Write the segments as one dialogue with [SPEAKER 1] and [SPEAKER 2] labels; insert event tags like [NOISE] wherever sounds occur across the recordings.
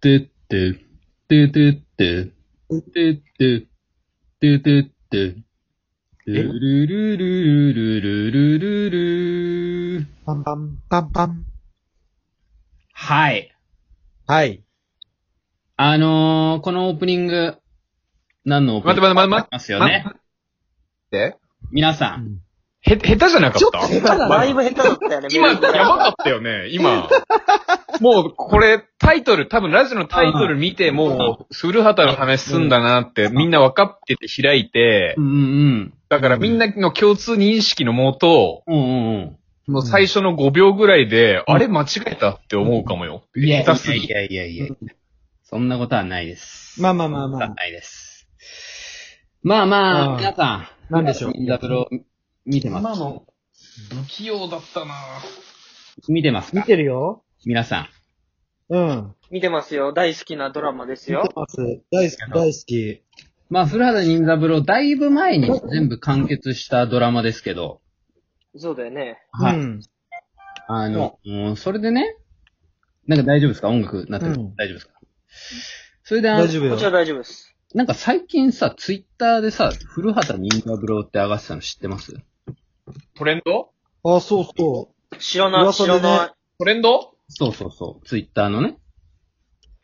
[SPEAKER 1] てって、ててって、てって、ててって、
[SPEAKER 2] え
[SPEAKER 1] ルルルルルルルルルル
[SPEAKER 2] パンパン、パンパン。
[SPEAKER 1] はい。
[SPEAKER 2] はい。
[SPEAKER 1] あのー、このオープニング、何のオープニング
[SPEAKER 3] 待って待って待っ
[SPEAKER 1] あ
[SPEAKER 3] て
[SPEAKER 1] りますよね。
[SPEAKER 3] え
[SPEAKER 1] 皆さん。
[SPEAKER 3] へ、下手じゃなか
[SPEAKER 2] ちょっ
[SPEAKER 3] っ
[SPEAKER 2] と
[SPEAKER 3] た
[SPEAKER 2] 下手だ
[SPEAKER 4] だ
[SPEAKER 2] な。
[SPEAKER 4] いぶ下手だったよね。
[SPEAKER 3] 今、やばかったよね、今。もう、これ、タイトル、多分ラジオのタイトル見て、もう、古畑の話すんだなって、みんな分かってて開いて
[SPEAKER 1] う、んうん
[SPEAKER 3] だからみんなの共通認識のもと、
[SPEAKER 1] うん。うんうんうん。
[SPEAKER 3] もう最初の5秒ぐらいで、あれ間違えたって思うかもよ。
[SPEAKER 1] いやい
[SPEAKER 3] 下手すぎ。
[SPEAKER 1] やいやいやいや。そんなことはないです。
[SPEAKER 2] まあまあまあ
[SPEAKER 1] そん
[SPEAKER 2] まあ
[SPEAKER 1] なことはないです。まあま
[SPEAKER 2] あ
[SPEAKER 1] あ、
[SPEAKER 2] あ
[SPEAKER 1] 皆さん。
[SPEAKER 2] なんでしょう
[SPEAKER 1] ダブル見てます。
[SPEAKER 3] の、不器用だったな
[SPEAKER 1] 見てます
[SPEAKER 2] 見
[SPEAKER 1] か
[SPEAKER 2] てるよ。
[SPEAKER 1] 皆さん。
[SPEAKER 2] うん。
[SPEAKER 4] 見てますよ。大好きなドラマです
[SPEAKER 2] 見て
[SPEAKER 4] よ。
[SPEAKER 2] ます。大好き、大好き。
[SPEAKER 1] まあ、古畑任三郎、だいぶ前に全部完結したドラマですけど、
[SPEAKER 4] そうだよね。
[SPEAKER 1] はい
[SPEAKER 2] うん。
[SPEAKER 1] あの、うんそれでね、なんか大丈夫ですか音楽なってる、
[SPEAKER 2] うん
[SPEAKER 1] 大丈夫ですかそれで、あの
[SPEAKER 2] 大丈夫
[SPEAKER 4] こ
[SPEAKER 2] よ
[SPEAKER 4] っち。ら大丈夫です。
[SPEAKER 1] なんか最近さ、ツイッターでさ、古畑任三郎って上がってたの知ってます
[SPEAKER 3] トレンド
[SPEAKER 2] あ、そうそ
[SPEAKER 4] 知らない、
[SPEAKER 2] 噂
[SPEAKER 4] 知
[SPEAKER 2] でね。
[SPEAKER 4] らな
[SPEAKER 3] トレンド
[SPEAKER 1] そうそうそう、ツイッターのね。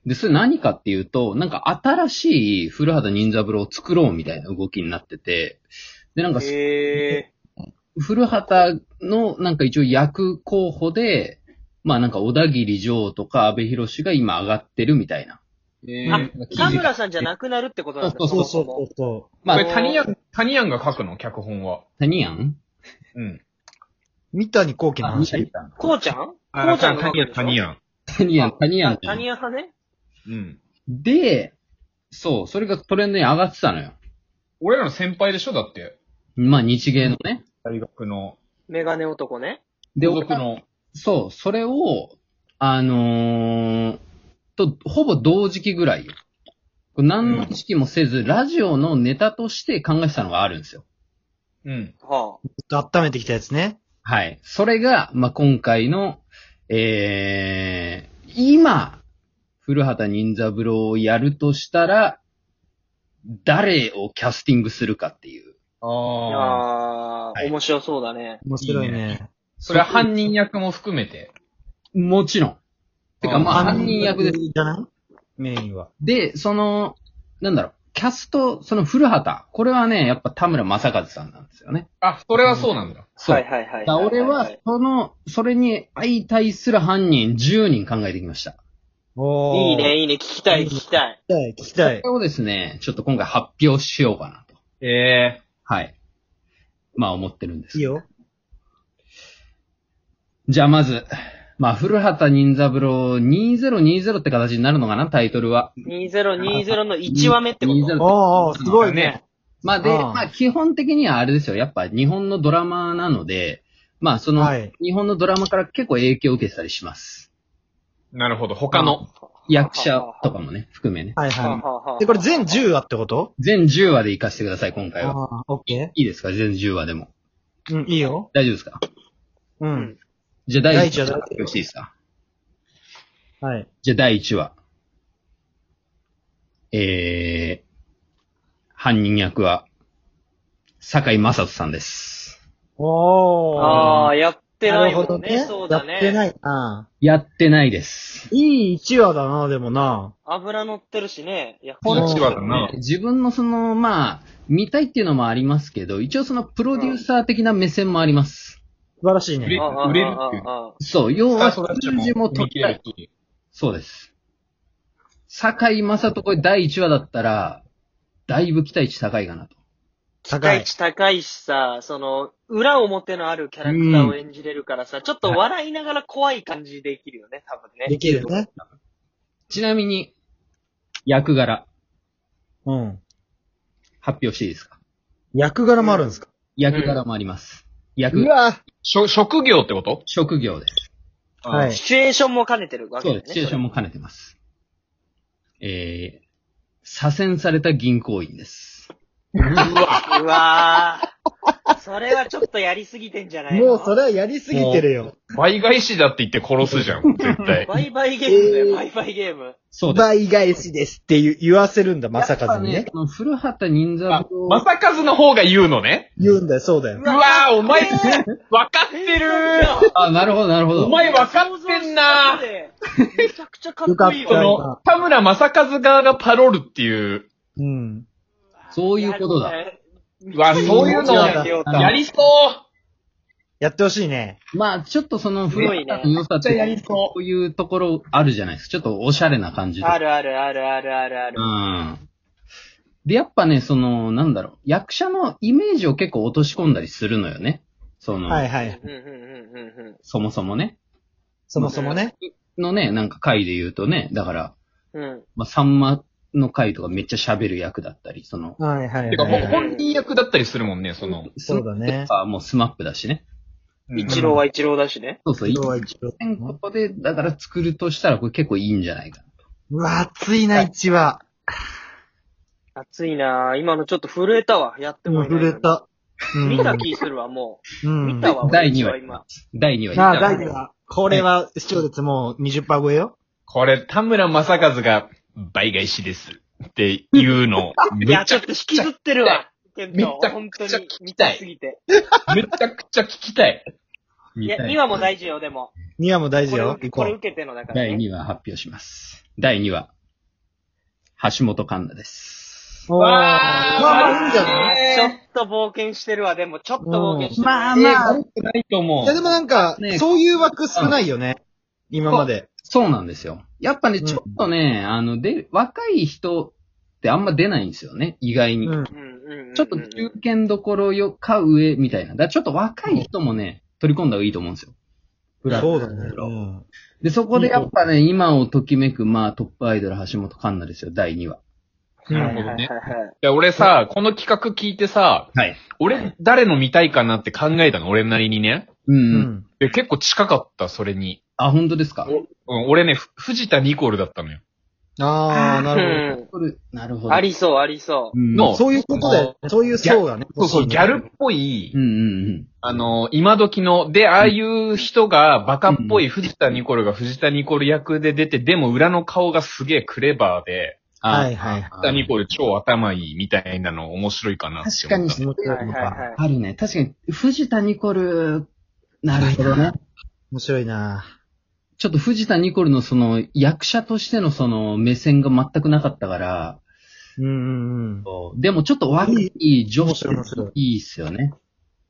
[SPEAKER 1] で、それ何かっていうと、なんか新しい古畑任三郎を作ろうみたいな動きになってて、で、なんか
[SPEAKER 4] い。へ
[SPEAKER 1] 古畑のなんか一応役候補で、まあなんか小田切城とか安倍博士が今上がってるみたいな。
[SPEAKER 4] ー。あ、田村さんじゃなくなるってことなんだ。
[SPEAKER 1] そう
[SPEAKER 2] そう
[SPEAKER 1] う
[SPEAKER 2] そう
[SPEAKER 4] も
[SPEAKER 2] そうそ
[SPEAKER 1] ま
[SPEAKER 3] こ
[SPEAKER 1] あ
[SPEAKER 3] れ、、谷やん、谷やんが書くの脚本は。
[SPEAKER 1] 何やん
[SPEAKER 3] うん。
[SPEAKER 2] う。三谷幸喜の
[SPEAKER 1] 何
[SPEAKER 2] 話
[SPEAKER 4] こうちゃんこ
[SPEAKER 3] あ、
[SPEAKER 4] うちゃんの
[SPEAKER 3] 谷やん、谷や
[SPEAKER 4] ん。
[SPEAKER 3] ん。
[SPEAKER 1] やん、谷やん。
[SPEAKER 4] 谷屋派ね。
[SPEAKER 3] うん。
[SPEAKER 1] で、そう、それがトレンドに上がってたのよ。
[SPEAKER 3] 俺らの先輩でしょだって。
[SPEAKER 1] まあ日芸のね。
[SPEAKER 3] 大学の。
[SPEAKER 4] メガネ男ね。
[SPEAKER 1] で、
[SPEAKER 3] 所属の。
[SPEAKER 1] そう、それを、あのー、と、ほぼ同時期ぐらいよ。これ何の意識もせず、ラジオのネタとして考えてたのがあるんですよ。
[SPEAKER 3] うん。
[SPEAKER 4] はあ。
[SPEAKER 2] 温めてきたやつね。
[SPEAKER 1] はい。それが、まあ、今回の、えー、今、古畑任三郎をやるとしたら、誰をキャスティングするかっていう。
[SPEAKER 4] いや
[SPEAKER 3] ああ。
[SPEAKER 1] は
[SPEAKER 4] ー、
[SPEAKER 1] い
[SPEAKER 4] 面白そうだね。
[SPEAKER 2] 面白い
[SPEAKER 3] いい
[SPEAKER 2] ね。
[SPEAKER 3] それは犯人役も含めて。
[SPEAKER 1] もちろん。てか、
[SPEAKER 3] あ
[SPEAKER 1] まあ、犯人役です。
[SPEAKER 2] じゃないメインは。
[SPEAKER 1] で、その、なんだろう、キャスト、その古畑、これはね、やっぱ田村正和さんなんですよね。
[SPEAKER 3] あ、それはそうなんだ。
[SPEAKER 1] そう。
[SPEAKER 4] はいはいはい。
[SPEAKER 1] だから俺は、その、それに相対する犯人10人考えてきました。
[SPEAKER 2] おー。
[SPEAKER 4] いいね、。いいね。聞きたい、聞きたい。
[SPEAKER 2] 聞きたい、聞き
[SPEAKER 1] これをですね、ちょっと今回発表しようかなと。
[SPEAKER 3] ええ
[SPEAKER 1] はい。まあ思ってるんで
[SPEAKER 2] たい。
[SPEAKER 1] す
[SPEAKER 2] いい。よ。
[SPEAKER 1] じゃあまず、まあ、古畑任三郎2020って形になるのかな、タイトルは。
[SPEAKER 4] 2020の1話目ってこ
[SPEAKER 1] 20
[SPEAKER 4] と
[SPEAKER 2] おーおー、すごいね。
[SPEAKER 1] まあで、
[SPEAKER 2] ああ
[SPEAKER 1] まあ基本的にはあれですよ。やっぱ日本のドラマなので、まあその、
[SPEAKER 2] はい
[SPEAKER 1] 日本のドラマから結構影響を受けてたりします。
[SPEAKER 3] なるほど。他の。
[SPEAKER 1] 役者とかもね、含めね。
[SPEAKER 2] はい
[SPEAKER 4] はあ
[SPEAKER 2] は
[SPEAKER 4] はあはあ
[SPEAKER 2] い。で、これ全10話ってこと
[SPEAKER 1] 全10話で行かせてください、今回
[SPEAKER 2] あ
[SPEAKER 1] は。
[SPEAKER 2] あー、オッケ
[SPEAKER 1] いいですか全10話でも。
[SPEAKER 2] ー。うん、いいよ。
[SPEAKER 1] 大丈夫ですか
[SPEAKER 2] うん。
[SPEAKER 1] じゃあ第1
[SPEAKER 2] 第一
[SPEAKER 1] 話
[SPEAKER 2] 話
[SPEAKER 1] 発表していいですか
[SPEAKER 2] はい。
[SPEAKER 1] じゃあ第1話。えー、犯人役は、坂井正人さんです。
[SPEAKER 2] おー。
[SPEAKER 4] あー、やってない
[SPEAKER 2] なるほど
[SPEAKER 4] もんね。
[SPEAKER 2] ね。
[SPEAKER 4] そうだね。
[SPEAKER 2] やってないな。
[SPEAKER 1] やってないです。
[SPEAKER 2] いい1話だな、でもな。
[SPEAKER 4] 油乗ってるしね。いや、
[SPEAKER 3] こ
[SPEAKER 2] ん
[SPEAKER 3] っ
[SPEAKER 2] に
[SPEAKER 3] ち
[SPEAKER 2] ち
[SPEAKER 3] は
[SPEAKER 2] は
[SPEAKER 3] だな。
[SPEAKER 1] 自分のその、まあ、見たいっていうのもありますけど、一応そのプロデューサー的な目線もあります。
[SPEAKER 2] 素晴らしいね。
[SPEAKER 3] 売れるっていう
[SPEAKER 4] う。
[SPEAKER 1] そう、要は数字も取りたい。
[SPEAKER 3] し。
[SPEAKER 1] そうです。坂井正人これ第1話だったら、だいぶ期待値高いかなと。
[SPEAKER 4] 期
[SPEAKER 2] 高い
[SPEAKER 4] 待。値高いしさ、その、裏表のあるキャラクターを演じれるからさ、ちょっと笑いながら怖い感じできるよね、多分ね。
[SPEAKER 2] できるね。
[SPEAKER 1] ちなみに、役柄、
[SPEAKER 2] うん。
[SPEAKER 1] 発表していいですか
[SPEAKER 2] 役柄もあるんですか
[SPEAKER 1] 役柄もあります。役
[SPEAKER 2] う、わ
[SPEAKER 3] ょ職業ってこと
[SPEAKER 1] 職業です。
[SPEAKER 2] はい
[SPEAKER 4] シチュエーションも兼ねてるわけ
[SPEAKER 1] そ
[SPEAKER 4] だ
[SPEAKER 1] う
[SPEAKER 4] よ
[SPEAKER 1] です。シチュエーション
[SPEAKER 4] ね。
[SPEAKER 1] も兼ねてます。えー、左遷された銀行員です。
[SPEAKER 3] うわ。
[SPEAKER 4] うわそれはちょっとやりすぎてんじゃないの
[SPEAKER 2] もうそれはやりすぎてるよ。
[SPEAKER 3] 倍返しだって言って殺すじゃ [LAUGHS] ん、絶対。
[SPEAKER 4] バイバイゲームだ
[SPEAKER 2] え
[SPEAKER 4] よ、
[SPEAKER 2] ー
[SPEAKER 4] バイバイゲーム。
[SPEAKER 1] そうです。
[SPEAKER 2] 倍返しですって言う言わせるんだ、まさかずに
[SPEAKER 1] やっ
[SPEAKER 2] ね
[SPEAKER 1] ぱ。その古畑任三
[SPEAKER 3] あ
[SPEAKER 1] 郎。
[SPEAKER 3] まさかずの方が言うのね。
[SPEAKER 2] 言うんだよ、そうだよ
[SPEAKER 3] う。わーお前、わかってるー
[SPEAKER 1] あ、なるほど、なるほど。
[SPEAKER 3] お前わかってんなー
[SPEAKER 4] めちゃくちゃかっこいい
[SPEAKER 2] よ
[SPEAKER 3] そ
[SPEAKER 2] かっ
[SPEAKER 4] わ。
[SPEAKER 3] の、田村正和側がパロるっていう、
[SPEAKER 2] うん。
[SPEAKER 1] そういうことだ。
[SPEAKER 3] うわ、そういうの
[SPEAKER 2] や
[SPEAKER 4] りよった
[SPEAKER 3] やりそう
[SPEAKER 2] やってほしいね。
[SPEAKER 1] まあ、ちょっとその古畑の良さって、
[SPEAKER 3] すごいねめっちゃやりそう
[SPEAKER 1] こういうところあるじゃないですか。ちょっとおしゃれな感じで。
[SPEAKER 4] あるあるあるあるあるある。
[SPEAKER 1] うん。で、やっぱね、その、なんだろう、役者のイメージを結構落とし込んだりするのよね。その、
[SPEAKER 2] はいはい。
[SPEAKER 4] うんうんうんうんうん
[SPEAKER 1] そもそもね。
[SPEAKER 2] そもそもね。
[SPEAKER 1] のね、なんか回で言うとね、だから、
[SPEAKER 4] うん。
[SPEAKER 1] まあ、さんまの回とかめっちゃ喋る役だったり、その、
[SPEAKER 2] はいはい
[SPEAKER 3] てか、
[SPEAKER 2] は
[SPEAKER 3] ほ
[SPEAKER 2] い。
[SPEAKER 3] 本人役だったりするもんね、その。
[SPEAKER 2] そうだね
[SPEAKER 1] あもうスマップだしね。
[SPEAKER 4] うん。一郎は一郎だしね。
[SPEAKER 1] そうそう、
[SPEAKER 2] 一郎は一郎
[SPEAKER 1] いいここで、だから作るとしたらこれ結構いいんじゃないかな。
[SPEAKER 2] うわ、熱いな、一話。
[SPEAKER 4] 熱いなぁ。今のちょっと震えたわ。やってもいな
[SPEAKER 2] 震
[SPEAKER 4] いの
[SPEAKER 2] え
[SPEAKER 4] に。
[SPEAKER 2] た。うん
[SPEAKER 4] 見た気するわ、も
[SPEAKER 2] う
[SPEAKER 4] う。
[SPEAKER 2] ん。
[SPEAKER 4] 見たわ、
[SPEAKER 1] 第
[SPEAKER 4] 二
[SPEAKER 1] 二話
[SPEAKER 4] 今。
[SPEAKER 1] 第2話
[SPEAKER 2] なあ、
[SPEAKER 1] いた
[SPEAKER 2] 大丈夫これは視聴率もう20%超えよ。
[SPEAKER 3] これ、田村正和が倍返しですっていうの、
[SPEAKER 4] い
[SPEAKER 3] め
[SPEAKER 4] や、
[SPEAKER 3] ち
[SPEAKER 4] ちょ
[SPEAKER 3] ゃ
[SPEAKER 4] っと引きずってるわ。め
[SPEAKER 3] めちゃくちゃ
[SPEAKER 4] 本当
[SPEAKER 3] 聞
[SPEAKER 4] に
[SPEAKER 3] き
[SPEAKER 4] 見
[SPEAKER 3] たい
[SPEAKER 4] たすぎて。
[SPEAKER 3] めちゃくちゃ聞きたい。
[SPEAKER 1] 見
[SPEAKER 4] いや、
[SPEAKER 1] たい
[SPEAKER 4] 2話も大事よ、でも。
[SPEAKER 2] 2話も大事
[SPEAKER 4] これ
[SPEAKER 2] よ。
[SPEAKER 4] 受け
[SPEAKER 2] 行
[SPEAKER 4] こ
[SPEAKER 2] こ
[SPEAKER 4] れ
[SPEAKER 2] う。
[SPEAKER 4] 受けてのだから
[SPEAKER 1] 第
[SPEAKER 4] ね。
[SPEAKER 1] 2話発表します。第2話。橋本環奈です。
[SPEAKER 2] おーまあまあいいんじゃない
[SPEAKER 3] ね
[SPEAKER 4] ちょっと冒険してるわ、でも、ちょっと冒険してる。
[SPEAKER 1] まあ
[SPEAKER 2] えー
[SPEAKER 1] まあ、
[SPEAKER 2] 悪
[SPEAKER 1] ないと思
[SPEAKER 2] いやでもなんか
[SPEAKER 1] ね、
[SPEAKER 2] そういう枠少ないよね。今まで。
[SPEAKER 1] そうなんですよ。やっぱね、
[SPEAKER 2] うん
[SPEAKER 1] ちょっとね、あの、で、若い人ってあんま出ないんですよね、意外に。
[SPEAKER 2] うん。
[SPEAKER 4] うんうんうんうん
[SPEAKER 1] ちょっと中堅どころよ、か上みたいな。だからちょっと若い人もね、取り込んだ方がいいと思うんですよ。
[SPEAKER 2] そうだね。うん
[SPEAKER 1] で、そこでやっぱね、今をときめく、まあ、トップアイドル橋本環奈ですよ、第2話。
[SPEAKER 3] なるほどね
[SPEAKER 4] はいはいはいはい
[SPEAKER 3] いや、俺さ、この企画聞いてさ、
[SPEAKER 1] はい。
[SPEAKER 3] 俺、誰の見たいかなって考えたの、俺なりにね。
[SPEAKER 1] うん。
[SPEAKER 2] う
[SPEAKER 1] うん、
[SPEAKER 2] ん。
[SPEAKER 3] で、結構近かった、それに。
[SPEAKER 1] あ、本当ですか
[SPEAKER 4] お
[SPEAKER 3] うん、俺ね、ふ藤田ニコルだったのよ。
[SPEAKER 2] ああ、なる
[SPEAKER 1] これなるほ
[SPEAKER 4] うん
[SPEAKER 1] ど。
[SPEAKER 4] ありそう、ありそ
[SPEAKER 1] うん
[SPEAKER 2] ほ
[SPEAKER 3] の
[SPEAKER 2] ど。そういうことだよね。そういう層がね。
[SPEAKER 3] そうそう、
[SPEAKER 2] 欲し
[SPEAKER 3] ギ
[SPEAKER 2] いね
[SPEAKER 3] ャルっぽい、
[SPEAKER 1] うんうん
[SPEAKER 3] あの、今時の、で、ああいう人がバカっぽい藤田ニコルが藤田ニコル役で出て、でも裏の顔がすげえクレバーで、
[SPEAKER 1] あ
[SPEAKER 2] はいはいはい
[SPEAKER 1] あ
[SPEAKER 3] 藤田ニコル超頭いいみたいなの面白いかなって
[SPEAKER 1] 確
[SPEAKER 3] 思
[SPEAKER 1] か
[SPEAKER 3] った
[SPEAKER 1] に、
[SPEAKER 2] 面
[SPEAKER 4] う。は
[SPEAKER 2] 白い
[SPEAKER 4] い
[SPEAKER 2] の
[SPEAKER 4] はい
[SPEAKER 2] か。
[SPEAKER 4] はい。
[SPEAKER 1] あるね。確かに、藤田ニコル、なるほどね。
[SPEAKER 2] 面白いな
[SPEAKER 1] ちょっと藤田ニコルのその役者としてのその目線が全くなかったから、
[SPEAKER 2] うんうんうん。
[SPEAKER 1] でもちょっと若い女子
[SPEAKER 2] 面白い面白
[SPEAKER 1] いいっすよね。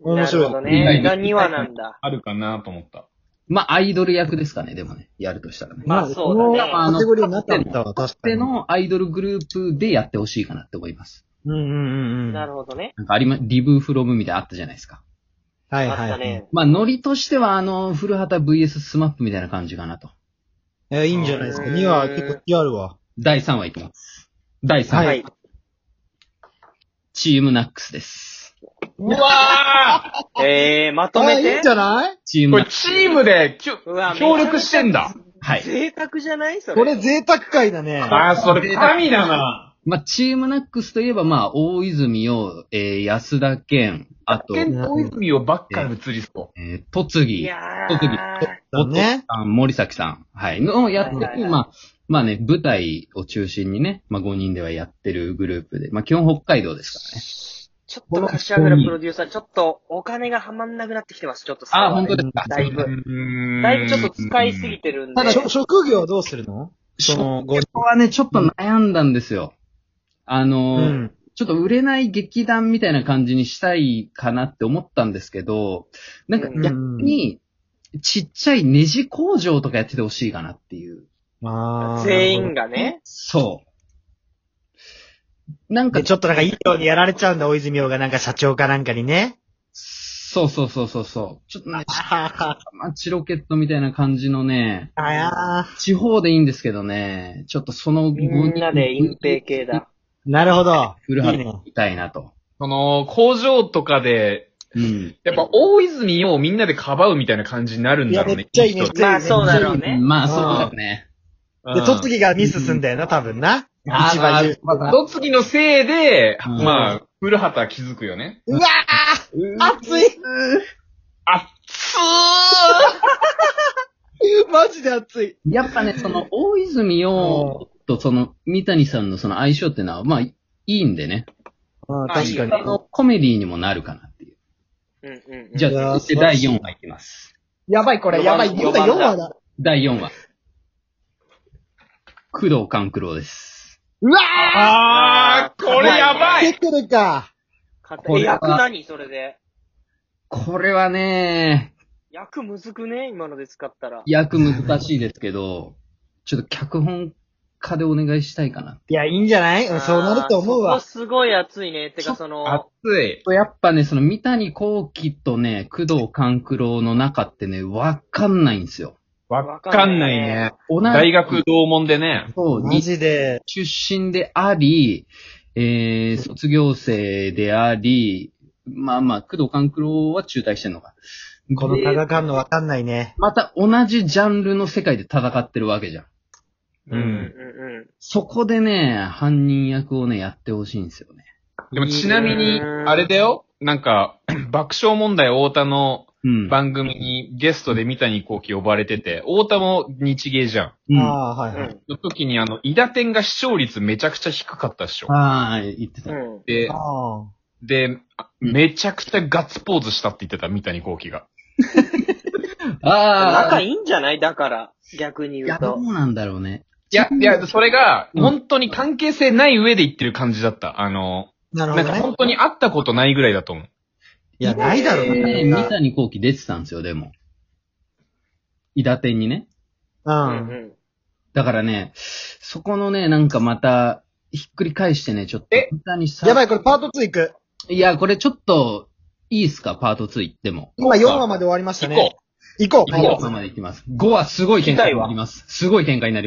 [SPEAKER 2] 面白い
[SPEAKER 4] なるほど
[SPEAKER 3] う
[SPEAKER 4] ね。
[SPEAKER 3] ん
[SPEAKER 4] が2話なんだ。
[SPEAKER 3] あるかなと思った。
[SPEAKER 1] まあアイドル役ですかね、でもね。やるとしたらね。
[SPEAKER 4] まあそうだね
[SPEAKER 2] このカテゴリーなかったわ、確か
[SPEAKER 1] で
[SPEAKER 2] に。
[SPEAKER 1] のアイドルグループでやってほしいかなって思います。
[SPEAKER 2] うんうんうんうん。
[SPEAKER 4] なるほどね。
[SPEAKER 1] なんかありま、リブフロムみたいなのあったじゃないですか。
[SPEAKER 2] はい
[SPEAKER 4] あ
[SPEAKER 2] は
[SPEAKER 4] っ
[SPEAKER 2] い。
[SPEAKER 4] たね。
[SPEAKER 1] まあノリとしてはあの、古畑 VS スマップみたいな感じかなと。
[SPEAKER 2] えーいいんじゃないですか。
[SPEAKER 4] うん
[SPEAKER 2] 2話結構気あるわ。
[SPEAKER 1] 第3話いきます。第3話。
[SPEAKER 2] は
[SPEAKER 4] はいい。
[SPEAKER 1] チームナックスです。
[SPEAKER 3] うわ
[SPEAKER 4] えー、まと
[SPEAKER 2] あ
[SPEAKER 4] め
[SPEAKER 2] いい
[SPEAKER 4] て
[SPEAKER 2] んじ。ゃない
[SPEAKER 1] チー
[SPEAKER 3] ーこ
[SPEAKER 1] ムナッ
[SPEAKER 3] れ
[SPEAKER 1] クス。
[SPEAKER 3] チームできょ
[SPEAKER 4] うわ
[SPEAKER 3] 協力してんだ。
[SPEAKER 1] はい。
[SPEAKER 4] 贅沢じゃないそれ。
[SPEAKER 2] これ贅沢回だね。
[SPEAKER 3] ああ、それ神だな。
[SPEAKER 1] まあ、チームナックスといえば、まあ、大泉洋、えー、安田健、あと、え
[SPEAKER 3] 健康泉をばっかり移りそう。
[SPEAKER 1] ー、戸次、
[SPEAKER 4] いや
[SPEAKER 1] 特に
[SPEAKER 4] ー。
[SPEAKER 2] だね。
[SPEAKER 1] あ森崎さん、はい、のやってる、
[SPEAKER 4] はいはいはい
[SPEAKER 1] まあ、まあね、舞台を中心にね、まあ、5人ではやってるグループで、まあ、基本北海道ですからね。
[SPEAKER 4] ちょっと柏原プロデューサー、ちょっとお金がはまんなくなってきてます、ちょっと
[SPEAKER 1] あ、本当
[SPEAKER 2] だ
[SPEAKER 1] ですか。
[SPEAKER 4] だいぶ。
[SPEAKER 3] ん
[SPEAKER 4] だいぶちょっと使いすぎてるんで。
[SPEAKER 2] しょ職業はどうするのその、ご、
[SPEAKER 1] ここはね、ちょっと悩んだんですよ。あ
[SPEAKER 2] う
[SPEAKER 1] のー
[SPEAKER 2] ん。
[SPEAKER 1] ちょっと売れない劇団みたいな感じにしたいかなって思ったんですけど、なんか逆に、ちっちゃいネジ工場とかやっててほしいかなっていう。
[SPEAKER 2] あー
[SPEAKER 4] 全員。がね。
[SPEAKER 1] そう。なんか
[SPEAKER 2] で、、ちょっとなんかいいようにやられちゃうんだ、大泉洋がなんか社長かなんかに [LAUGHS] ね。
[SPEAKER 1] そうそうそうそうそう。ちょっとなんか、
[SPEAKER 2] あ
[SPEAKER 1] まあ、チロケットみたいな感じのね、
[SPEAKER 2] あ、あ
[SPEAKER 1] 地方でいいんですけどね、ちょっとその
[SPEAKER 4] みんなで隠蔽系だ。
[SPEAKER 2] ーなるほど。
[SPEAKER 1] 古
[SPEAKER 2] いい
[SPEAKER 1] 畑
[SPEAKER 2] ね。
[SPEAKER 1] みたいなと。
[SPEAKER 3] その、工場とかで、
[SPEAKER 1] うん。
[SPEAKER 3] やっぱ大泉洋をみんなでかばうみたいな感じになるんだろうね。
[SPEAKER 2] いやめっちゃいいね
[SPEAKER 3] きと
[SPEAKER 2] めっち
[SPEAKER 4] まあそうだろうね。
[SPEAKER 1] まあ、そうだね。
[SPEAKER 2] で、とつぎがミスすんだよな、多分な。一番
[SPEAKER 1] あー
[SPEAKER 2] 言う。
[SPEAKER 1] まあ
[SPEAKER 3] どつぎのせいで、
[SPEAKER 1] うん
[SPEAKER 3] まあ、古畑は気づくよね。
[SPEAKER 2] うわー熱い [LAUGHS]
[SPEAKER 3] あっつー
[SPEAKER 2] マジで熱い
[SPEAKER 1] やっぱね、その、大泉洋とその、三谷さんのその相性ってのは、まあ、いいんでね。
[SPEAKER 2] ああ、
[SPEAKER 4] あい
[SPEAKER 2] 確
[SPEAKER 4] い
[SPEAKER 2] か
[SPEAKER 4] よ
[SPEAKER 2] に。
[SPEAKER 1] あの、コメディにもなるかなっていう。
[SPEAKER 4] うんうんうん。
[SPEAKER 1] じゃあ
[SPEAKER 2] いやー、
[SPEAKER 1] 続いて第4話いきます。
[SPEAKER 2] やばいこれ、
[SPEAKER 4] 四
[SPEAKER 2] や
[SPEAKER 4] 番
[SPEAKER 2] ばい。今
[SPEAKER 4] 四番
[SPEAKER 2] 4
[SPEAKER 4] だ
[SPEAKER 2] 話だ。
[SPEAKER 1] 第4話。工藤官九郎です。
[SPEAKER 2] うわ
[SPEAKER 3] あー、これやば
[SPEAKER 2] ー出
[SPEAKER 3] い
[SPEAKER 2] てるか。
[SPEAKER 4] 勝
[SPEAKER 1] こ
[SPEAKER 4] 手
[SPEAKER 1] れは
[SPEAKER 4] 役何それで。
[SPEAKER 1] これはね、
[SPEAKER 4] 役むずくね今ので使ったら。
[SPEAKER 1] 役難しいですけど、ちょっと脚本家でお願いしたいかな。
[SPEAKER 2] いや、いいんじゃないうんそうなると思う
[SPEAKER 4] あー
[SPEAKER 2] わ。
[SPEAKER 4] そこすごい熱いね。てかそ
[SPEAKER 3] 熱
[SPEAKER 4] の、
[SPEAKER 3] い。
[SPEAKER 1] やっぱね、その三谷幸喜とね、工藤官九郎の中ってね、わかんないんですよ。
[SPEAKER 3] わかんないね。
[SPEAKER 1] 同じ
[SPEAKER 3] 大学同門でね。
[SPEAKER 1] そう
[SPEAKER 2] マジで。
[SPEAKER 1] 出身であり、えー、卒業生であり、まあまあ、工藤官九郎は中退してんのか。
[SPEAKER 2] この
[SPEAKER 1] で
[SPEAKER 2] 戦うのわかんないね。
[SPEAKER 1] また同じジャンルの世界で戦ってるわけじゃん。
[SPEAKER 3] うん
[SPEAKER 4] うんうん。
[SPEAKER 1] そこでね、犯人役をね、やってほしいんですよね。
[SPEAKER 3] でもちなみに、あれだよ。なんか、 [CLEARS THROAT] 爆笑問題太田の
[SPEAKER 1] うん。
[SPEAKER 3] 番組にゲストで三谷幸喜呼ばれてて、太田も日芸じゃん。
[SPEAKER 1] うん、あ
[SPEAKER 2] ああー、はいはい。
[SPEAKER 3] の時にあの、伊田店が視聴率めちゃくちゃ低かったっしょ。
[SPEAKER 1] あー、言って
[SPEAKER 4] う
[SPEAKER 1] た。
[SPEAKER 4] ん。うん。
[SPEAKER 3] で
[SPEAKER 2] あ、あ。
[SPEAKER 3] で、めちゃくちゃガッツポーズしたって言ってた、三谷幸喜が。
[SPEAKER 1] あ
[SPEAKER 4] 仲
[SPEAKER 1] あ、
[SPEAKER 4] いいんじゃないだから、逆に
[SPEAKER 1] い
[SPEAKER 4] 言
[SPEAKER 1] や、
[SPEAKER 4] う
[SPEAKER 1] ど
[SPEAKER 4] と。
[SPEAKER 1] うなんだろうね。
[SPEAKER 3] いや、いや、それが、
[SPEAKER 1] うん
[SPEAKER 3] 本当に関係性ない上で言ってる感じだった。あの、
[SPEAKER 2] なるほ
[SPEAKER 3] な
[SPEAKER 2] ど
[SPEAKER 3] んか
[SPEAKER 2] ね
[SPEAKER 3] 本。当に会ったことないぐらいだと思う。
[SPEAKER 2] いや、ないだろう
[SPEAKER 1] ね、
[SPEAKER 2] な
[SPEAKER 1] 三。谷幸喜出てたんですよ、でも。伊達店にね。
[SPEAKER 2] う。
[SPEAKER 4] うんん
[SPEAKER 1] だからね、そこのね、なんかまた、ひっくり返してね、ちょっと。
[SPEAKER 3] え
[SPEAKER 1] 三谷さん
[SPEAKER 2] やばい、これパート2いく。
[SPEAKER 1] いや、これちょっと、いいっすか、パート2行っても。
[SPEAKER 2] 今4話まで終わりました
[SPEAKER 3] 行
[SPEAKER 2] ね
[SPEAKER 3] こ。
[SPEAKER 2] 行こう。
[SPEAKER 1] 5話まで行きます。5はすごい展開になります。すごい展開になります。